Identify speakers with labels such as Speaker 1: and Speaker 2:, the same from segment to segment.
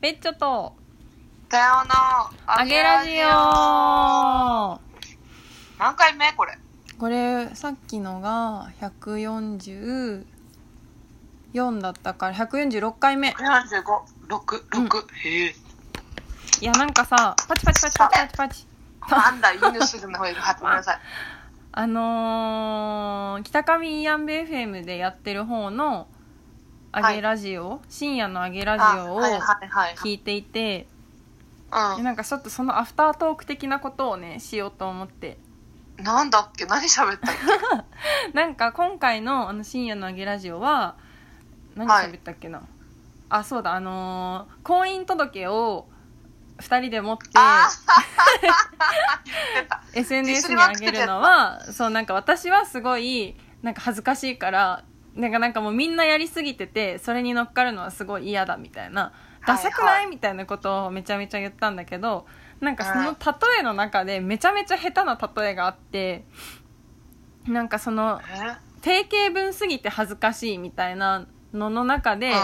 Speaker 1: ベッチョと
Speaker 2: テオの
Speaker 1: あげラジオ
Speaker 2: 何回目これ
Speaker 1: これさっきのが144だったから146回目
Speaker 2: 456
Speaker 1: う
Speaker 2: 六へえ
Speaker 1: いやなんかさパチパチパチパチパチパチ
Speaker 2: なんだ犬すぐの吠えるはごめんなさい
Speaker 1: あのー、北上イアンベ FM でやってる方のあげラジオ、深夜のあ げラジオを
Speaker 2: はいはいはい
Speaker 1: 聞いていて、
Speaker 2: はい、
Speaker 1: なんかちょっとそのアフタートーク的なことをねしようと思って
Speaker 2: うん、なんだっけ何喋ったっ け
Speaker 1: なんか今回のあの深夜のあげラジオは何
Speaker 2: はい
Speaker 1: 喋ったっけな、あそうだあのー婚姻届を2人で持って
Speaker 2: あ あ言ってた
Speaker 1: SNS にあげるのはそうなんか私はすごいなんか恥ずかしいからなんかなんかもうみんなやりすぎててそれに乗っかるのはすごい嫌だみたいな
Speaker 2: はいは
Speaker 1: ダ
Speaker 2: い
Speaker 1: サくない、みたいなことをめちゃめちゃ言ったんだけどなんかその
Speaker 2: うん
Speaker 1: 例えの中でめちゃめちゃ下手な例えがあってなんかその定型文すぎて恥ずかしいみたいなのの中で、
Speaker 2: うん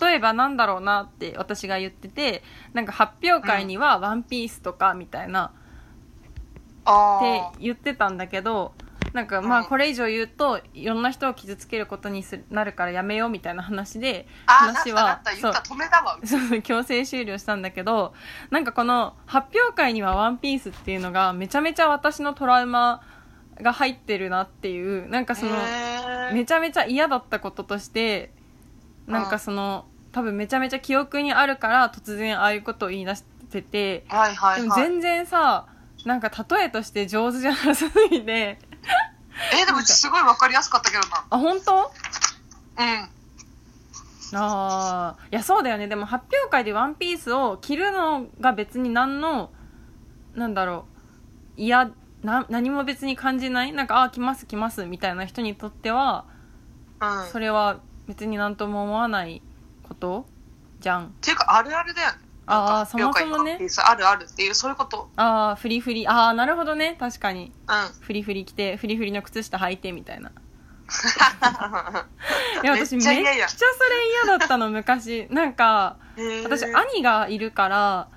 Speaker 1: 例えばなんだろうなって私が言っててなんか発表会には「ワンピースとかみたいな、
Speaker 2: あ
Speaker 1: っ
Speaker 2: ー
Speaker 1: て言ってたんだけどなんかまあ
Speaker 2: うん
Speaker 1: これ以上言うといろんな人を傷つけることにするなるからやめようみたいな話で
Speaker 2: あーなっ
Speaker 1: 話
Speaker 2: たな
Speaker 1: は
Speaker 2: った言
Speaker 1: そう
Speaker 2: った止めたわ
Speaker 1: そうそう強制終了したんだけどなんかこの発表会には「ワンピースっていうのがめちゃめちゃ私のトラウマが入ってるなっていうなんかその
Speaker 2: へ
Speaker 1: め
Speaker 2: え
Speaker 1: ちゃめちゃ嫌だったこととしてなんかその多分めちゃめちゃ記憶にあるから突然ああいうことを言い出してて。
Speaker 2: はいは
Speaker 1: で
Speaker 2: い
Speaker 1: も
Speaker 2: はい
Speaker 1: 全然さなんか例えとして上手じゃなすぎて
Speaker 2: えーでもすごいわかりやすかったけどな
Speaker 1: あ本当
Speaker 2: うん
Speaker 1: あーいやそうだよねでも発表会でワンピースを着るのが別に何のなんだろういやな何も別に感じないなんかあー来ます来ますみたいな人にとっては
Speaker 2: うん
Speaker 1: それは別になんとも思わないことじゃん
Speaker 2: っていうかあるあるだよね
Speaker 1: あ
Speaker 2: な
Speaker 1: あ
Speaker 2: んか
Speaker 1: そもそも
Speaker 2: 了解のピ
Speaker 1: ね
Speaker 2: ースあるあるっていうそういうこと
Speaker 1: ああフリフリああなるほどね確かに
Speaker 2: うん
Speaker 1: フリフリ着てフリフリの靴下履いてみたい な いや
Speaker 2: めっ
Speaker 1: 私
Speaker 2: ち
Speaker 1: めっ
Speaker 2: ゃ
Speaker 1: ちゃそ
Speaker 2: 嫌
Speaker 1: れ
Speaker 2: や
Speaker 1: 嫌だったの昔なんか私
Speaker 2: 私
Speaker 1: 兄がいるから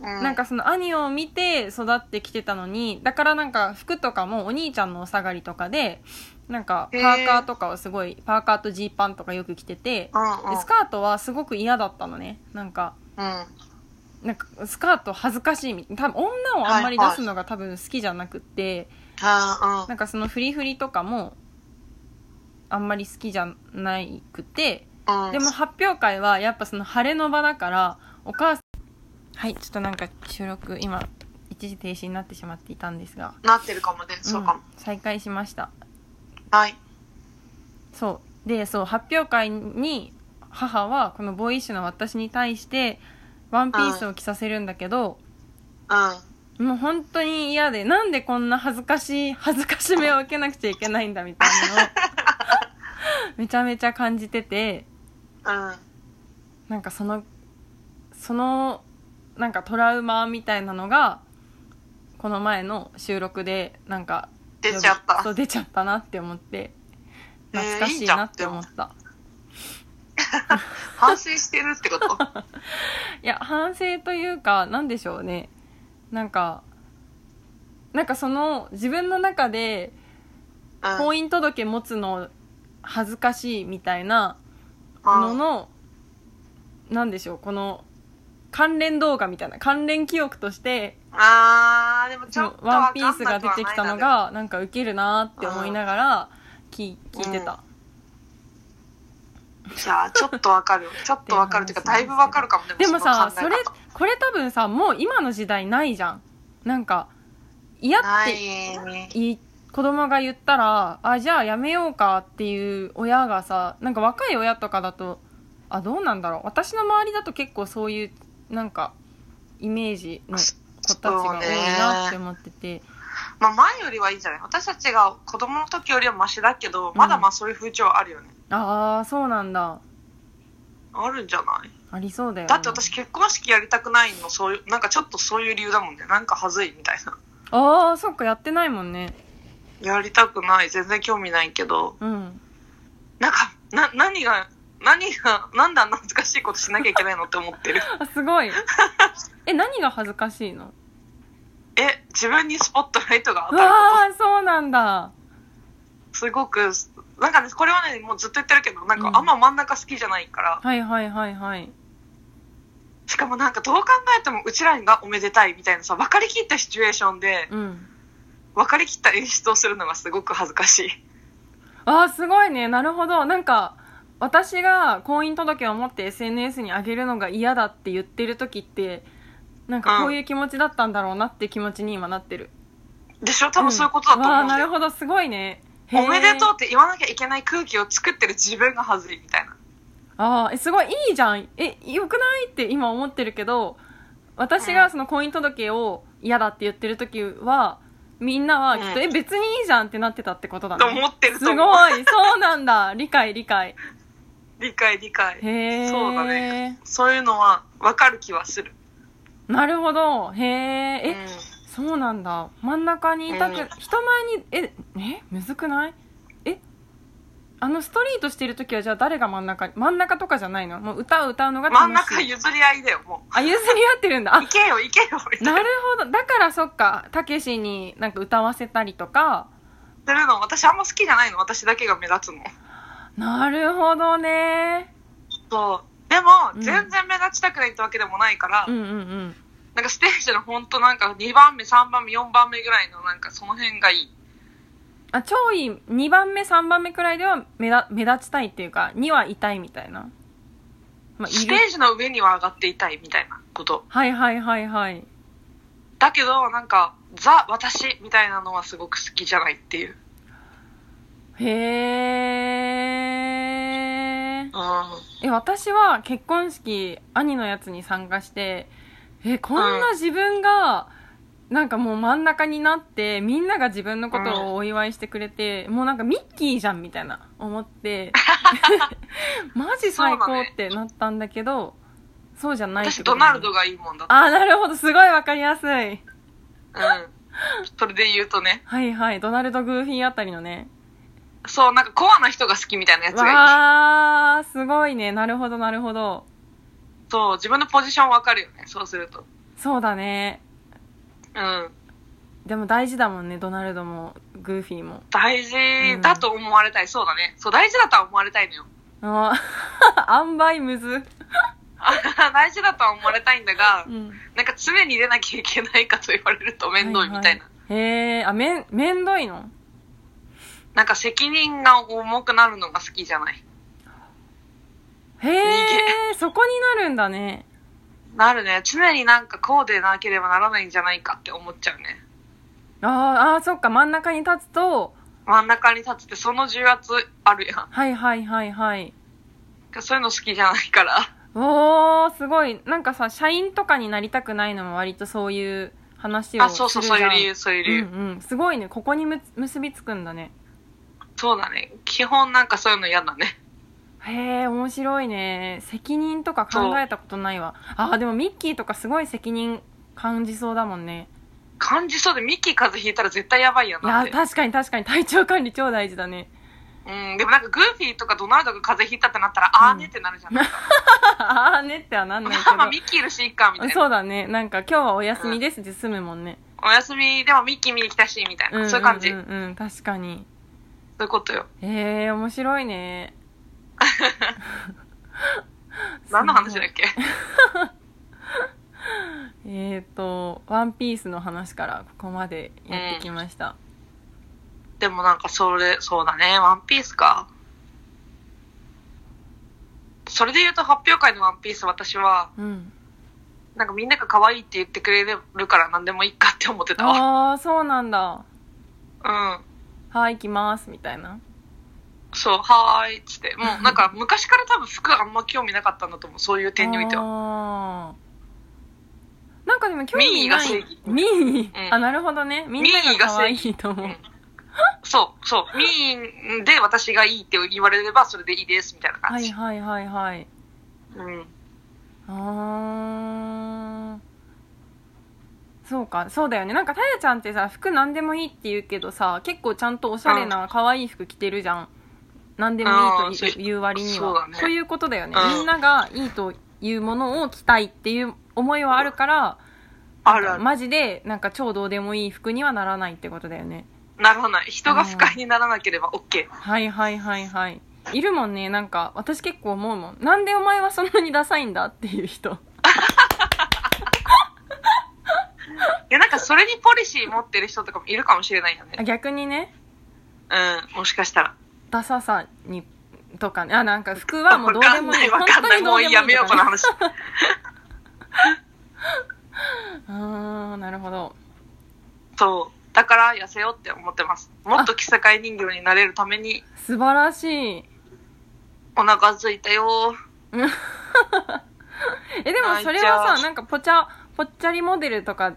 Speaker 2: な
Speaker 1: なんかその兄を見て育ってきてたのにだからなんか服とかもお兄ちゃんのお下がりとかでなんかパ
Speaker 2: へー
Speaker 1: ーカーとかをすごいパーカーとジーパンとかよく着てて
Speaker 2: うん
Speaker 1: でスカートはすごく嫌だったのねなんか
Speaker 2: うん
Speaker 1: なんかスカート恥ずかしいみ多分女をあんまり出すのが多分好きじゃなくって、
Speaker 2: あ
Speaker 1: なんかそのフリフリとかもあんまり好きじゃないくて
Speaker 2: うんうん
Speaker 1: でも発表会はやっぱその晴れの場だからお母さんはいちょっとなんか収録今一時停止になってしまっていたんですが
Speaker 2: なってるかもねそうかも
Speaker 1: ん再開しました
Speaker 2: はい
Speaker 1: そうでそう発表会に母はこのボーイッシュの私に対してワンピースを着させるんだけど、
Speaker 2: う
Speaker 1: もう本当に嫌でなんでこんな恥ずかしい恥ずかしめを受けなくちゃいけないんだみたいなのを めちゃめちゃ感じてて
Speaker 2: んうん
Speaker 1: なんかそのそのなんかトラウマみたいなのがこの前の収録でなんか
Speaker 2: 出ちゃっ
Speaker 1: そ
Speaker 2: た
Speaker 1: う出ちゃったなって思って
Speaker 2: えー
Speaker 1: 懐かしいなって思った、
Speaker 2: 反省してるってこと
Speaker 1: いや反省というかなんでしょうねなんかなんかその自分の中で
Speaker 2: うん
Speaker 1: 婚姻届持つの恥ずかしいみたいな
Speaker 2: う
Speaker 1: の
Speaker 2: ん
Speaker 1: の、なんでしょうこの関連動画みたいな関連記憶として
Speaker 2: あーでもち
Speaker 1: そ
Speaker 2: ょっ
Speaker 1: の
Speaker 2: と
Speaker 1: ワン
Speaker 2: わかん
Speaker 1: ピースが
Speaker 2: なく
Speaker 1: 出
Speaker 2: は
Speaker 1: てきた
Speaker 2: ないな
Speaker 1: のがなんかウケるなって思いながら聞聞いてた、
Speaker 2: でもいやーちょっと わかるちょっとわかるっていうかだいぶわかるかも
Speaker 1: でもさ
Speaker 2: の
Speaker 1: そ
Speaker 2: 考
Speaker 1: れ
Speaker 2: え方
Speaker 1: これ多分さもう今の時代ないじゃんなんか嫌っ
Speaker 2: な
Speaker 1: て
Speaker 2: い
Speaker 1: い子供が言ったらあじゃあやめようかっていう親がさなんか若い親とかだとあどうなんだろう私の周りだと結構そういうなんかイメージの子たちが多いなって思ってて、
Speaker 2: まあ前よりはいいんじゃない私たちが子供の時よりはマシだけどまだまあそういう風潮あるよね
Speaker 1: ああそうなんだ
Speaker 2: あるんじゃない
Speaker 1: ありそうだよ、ね、
Speaker 2: だって私結婚式やりたくないのそういうなんかちょっとそういう理由だもんねなんか恥ずいみたいな
Speaker 1: ああそっかやってないもんね
Speaker 2: やりたくない全然興味ないけど
Speaker 1: うん
Speaker 2: なんかな何が何が、なんであんな恥ずかしいことしなきゃいけないのって思ってる。
Speaker 1: あすごいえ何が恥ずかしいの
Speaker 2: え、自分にスポットライト
Speaker 1: う
Speaker 2: が当たること
Speaker 1: わーそうなんだ
Speaker 2: すごく、なんかね、これはね、もうずっと言ってるけど、なん
Speaker 1: うん
Speaker 2: かあんま真ん中好きじゃないから、
Speaker 1: はいはいはいはい
Speaker 2: しかもなんかどう考えてもうちらがおめでたいみたいなさ、分かりきったシチュエーションで、
Speaker 1: うん
Speaker 2: 分かりきった演出をするのがすごく恥ずかしい。
Speaker 1: あーすごいねなるほどなんか私が婚姻届を持って SNS に上げるのが嫌だって言ってる時ってなんか
Speaker 2: うん
Speaker 1: こういう気持ちだったんだろうなって気持ちに今なってる
Speaker 2: でしょ多分そういうことだと思
Speaker 1: わ
Speaker 2: う
Speaker 1: あ
Speaker 2: ん
Speaker 1: な
Speaker 2: だ
Speaker 1: る
Speaker 2: よ。
Speaker 1: ほどすごいねへー
Speaker 2: おめでとうって言わなきゃいけない空気を作ってる自分が恥ずいみたいな。
Speaker 1: ああすごいいいじゃんえよくないって今思ってるけど私
Speaker 2: う
Speaker 1: が
Speaker 2: ん
Speaker 1: その婚姻届を嫌だって言ってる時はみんなはきっと、
Speaker 2: うん
Speaker 1: え別にいいじゃんってなってたってことだね
Speaker 2: と思ってる
Speaker 1: すごい
Speaker 2: と思う。
Speaker 1: そうなんだ理解理解
Speaker 2: 理解理解。
Speaker 1: へえ
Speaker 2: そうだねそういうのは分かる気はする。
Speaker 1: なるほどへーえ、
Speaker 2: うん
Speaker 1: そうなんだ真ん中にいたく、
Speaker 2: うん
Speaker 1: 人前にええむずくないえあのストリートしてる時はじゃあ誰が真ん中に真ん中とかじゃないのもう歌を歌うのが楽しい
Speaker 2: 真ん中譲り合いだよ、も
Speaker 1: あ譲り合ってるんだ
Speaker 2: う。
Speaker 1: あ
Speaker 2: 行けよ、行けよ、みたい
Speaker 1: な
Speaker 2: な。
Speaker 1: るほどだからそっかたけしになんか歌わせたりとか
Speaker 2: するの、私あんま好きじゃないの、私だけが目立つの。
Speaker 1: なるほどね
Speaker 2: そう。でも、
Speaker 1: うん
Speaker 2: 全然目立ちたくないってわけでもないから、
Speaker 1: うんうんうん
Speaker 2: なんかステージのほんとなんか2番目、3番目、4番目ぐらいのなんかその辺がいい。
Speaker 1: あ超いい2番目3番目くらいでは目だ目立ちたいっていうかにはいたいみたいな、まあ、い
Speaker 2: ス
Speaker 1: る
Speaker 2: テージの上には上がっていたいみたいなこと。
Speaker 1: はいはいはいはい
Speaker 2: だけど、なんか、ザ、私みたいなのはすごく好きじゃないっていう。
Speaker 1: へー
Speaker 2: うん。
Speaker 1: え私は結婚式兄のやつに参加してえこんな自分が、なんかもう真ん中になってみんなが自分のことをお祝いしてくれて、もうなんかミッキーじゃんみたいな思って マジ最高ってなったんだけどそうじゃないって
Speaker 2: 私、
Speaker 1: こと
Speaker 2: ド
Speaker 1: ね
Speaker 2: ナルドがいいもんだ。
Speaker 1: あなるほどすごいわかりやすい
Speaker 2: うん。それで言うとね、
Speaker 1: はいはいドナルド・グーフィーあたりのね
Speaker 2: そう、なんかコアな人が好きみたいなやつがいい。
Speaker 1: わーすごいねなるほどなるほど
Speaker 2: そう、自分のポジションわかるよね、そうすると。
Speaker 1: そうだね
Speaker 2: うん。
Speaker 1: でも大事だもんねドナルドもグーフィーも
Speaker 2: 大事だと思われたい、そうだね。そう、大事だとは思われたいのよ。
Speaker 1: あ あ塩梅むず
Speaker 2: あ 大事だとは思われたいんだが、
Speaker 1: ん
Speaker 2: なんか常に出なきゃいけないかと言われると面倒いみたいな。
Speaker 1: ははへえあめんめんどいの
Speaker 2: なんか責任が重くなるのが好きじゃない。
Speaker 1: へえそこになるんだね
Speaker 2: なるね。常になんかこうでなければならないんじゃないかって思っちゃうね。
Speaker 1: あーあーそっか真ん中に立つと
Speaker 2: 真ん中に立つってその重圧あるやん。なん
Speaker 1: はいはいはいはい
Speaker 2: かそういうの好きじゃないから。
Speaker 1: おーすごいなんかさ社員とかになりたくないのも割とそういう話を
Speaker 2: あ、
Speaker 1: するじゃん
Speaker 2: そうそう、そういう理由、そういう理由。
Speaker 1: うんうんすごいねここにむ結びつくんだね
Speaker 2: そうだね。基本なんかそういうの嫌だね。
Speaker 1: へえ面白いね責任とか考えたことないわあーでもミッキーとかすごい責任感じそうだもんね
Speaker 2: 感じそうで、ミッキー風邪ひいたら絶対やばいやん
Speaker 1: い
Speaker 2: な
Speaker 1: や
Speaker 2: って。
Speaker 1: 確かに確かに体調管理超大事だ ね
Speaker 2: うん。でもなんかグーフィーとかドナルドが風邪ひいたってなったら、あーねってなるじゃん。
Speaker 1: ああねってはなんない
Speaker 2: まあミ
Speaker 1: け
Speaker 2: ッキーいるし、いっか、みたい
Speaker 1: ど
Speaker 2: な。
Speaker 1: そうだねなんか今日はお休みですって済むもんね、
Speaker 2: お休みでもミッキー見に来たし、みたい
Speaker 1: うんん
Speaker 2: な。そういう感じ。
Speaker 1: うん、うん、確かに
Speaker 2: そういうことよ。
Speaker 1: へえ面白いね
Speaker 2: 何の話だっけ
Speaker 1: えっ、ー、と「ワンピースの話からここまでやってきました、
Speaker 2: でもなんかそれ、そうだね、ワンピースか。それで言うと発表会のワンピース私は、
Speaker 1: うん、
Speaker 2: なんかみんなが可愛いって言ってくれるから何でもいいかって思ってたわ。
Speaker 1: ああそうなんだ
Speaker 2: うん。
Speaker 1: はい行きますみたいな
Speaker 2: そう、はーいっつって。もうなんか昔から多分服あんま興味なかったんだと思う。そういう点においては。
Speaker 1: あーなんかでも興味ない
Speaker 2: 民意が正義
Speaker 1: 民意
Speaker 2: うん
Speaker 1: あなるほどねみんなが可愛いと思う
Speaker 2: 民意が正義そう、そう。ミーンで私がいいって言われればそれでいいですみたいな感
Speaker 1: はい
Speaker 2: じ。
Speaker 1: はいはいはい
Speaker 2: うん。
Speaker 1: あーそうかそうだよねなんかたやちゃんってさ服何でもいいって言うけどさ結構ちゃんとおしゃれな可愛い服着てるじゃん何でもい
Speaker 2: あー
Speaker 1: い
Speaker 2: そ
Speaker 1: と
Speaker 2: う
Speaker 1: いういう割に
Speaker 2: そう
Speaker 1: は
Speaker 2: だね
Speaker 1: そういうことだよね
Speaker 2: うん
Speaker 1: みんながいいというものを着たいっていう思いはあるから
Speaker 2: あるある。
Speaker 1: マジでなんか超どうでもいい服にはならないってことだよね
Speaker 2: ならない。人が不快にならなければ OK。
Speaker 1: はいはいはいはいいるもんねなんか私結構思うもんなんでお前はそんなにダサいんだっていう人
Speaker 2: いや、なんかそれにポリシー持ってる人とかもいるかもしれないよ
Speaker 1: あ
Speaker 2: ね。
Speaker 1: 逆にね
Speaker 2: うん、もしかしたら。
Speaker 1: ダサさにとかねあなんか服はもうどうでもいい
Speaker 2: わ
Speaker 1: 本
Speaker 2: かんな
Speaker 1: 当
Speaker 2: い、
Speaker 1: に
Speaker 2: も
Speaker 1: どう
Speaker 2: う
Speaker 1: でもいい
Speaker 2: やめよう
Speaker 1: と
Speaker 2: この
Speaker 1: かね
Speaker 2: 話。
Speaker 1: うーんなるほど
Speaker 2: そう。だから痩せようって思ってます。もっと着せ替え人形になれるために、
Speaker 1: 素晴らしい
Speaker 2: お腹空いたよ。
Speaker 1: えでも
Speaker 2: 泣いちゃう
Speaker 1: それはさなんかぽちゃぽっちゃりモデルとか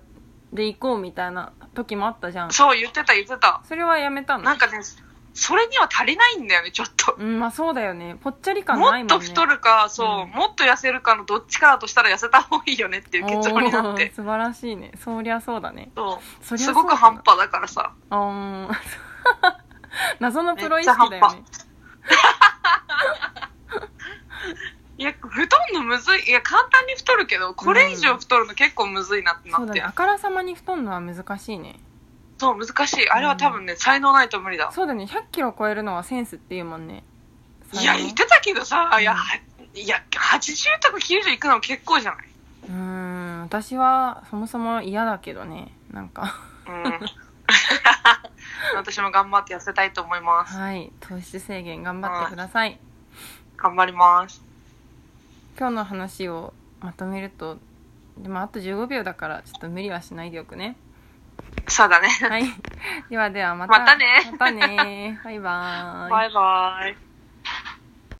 Speaker 1: で行こうみたいな時もあったじゃん
Speaker 2: そう、言ってた言ってた。
Speaker 1: それはやめたの
Speaker 2: なんかね、それには足りないんだよね、ちょっと。
Speaker 1: うんまあそうだよねぽっちゃり感
Speaker 2: も
Speaker 1: ないもんね
Speaker 2: っと太るか、そう、
Speaker 1: うん
Speaker 2: もっと痩せるかのどっちかだとしたら痩せた方がいいよねっていう結論になっ
Speaker 1: おー
Speaker 2: て。
Speaker 1: 素晴らしいねそりゃそうだね
Speaker 2: そう。
Speaker 1: そりゃ
Speaker 2: す
Speaker 1: そう
Speaker 2: ごく半端だからさ。
Speaker 1: あーうん 謎のプロ意識だよ
Speaker 2: め
Speaker 1: ね
Speaker 2: っいや、太るのむずい。いや、簡単に太るけど、これ以上太るの結構むずいなってな
Speaker 1: そう
Speaker 2: っ
Speaker 1: だ
Speaker 2: て。
Speaker 1: ねあからさまに太んのは難しいね
Speaker 2: そう難しい。あれは多分ね、才能ないと無理だ。
Speaker 1: そうだね1 0 0キロ超えるのはセンスっていうもんね
Speaker 2: いや、
Speaker 1: 才能
Speaker 2: 言ってたけどさ、いや、
Speaker 1: うん
Speaker 2: はいや、80とか90いくのも結構じゃないう
Speaker 1: ーん私はそもそも嫌だけどねなんか
Speaker 2: うん。私も頑張って痩せたいと思います。
Speaker 1: はい、糖質制限頑張ってください。
Speaker 2: 頑張ります。
Speaker 1: 今日の話をまとめると、でもあと15秒だからちょっと無理はしないでおくね。
Speaker 2: そうだ ね。
Speaker 1: はい。ではではまた。
Speaker 2: またね
Speaker 1: またね。バイバーイ。
Speaker 2: バイバイ。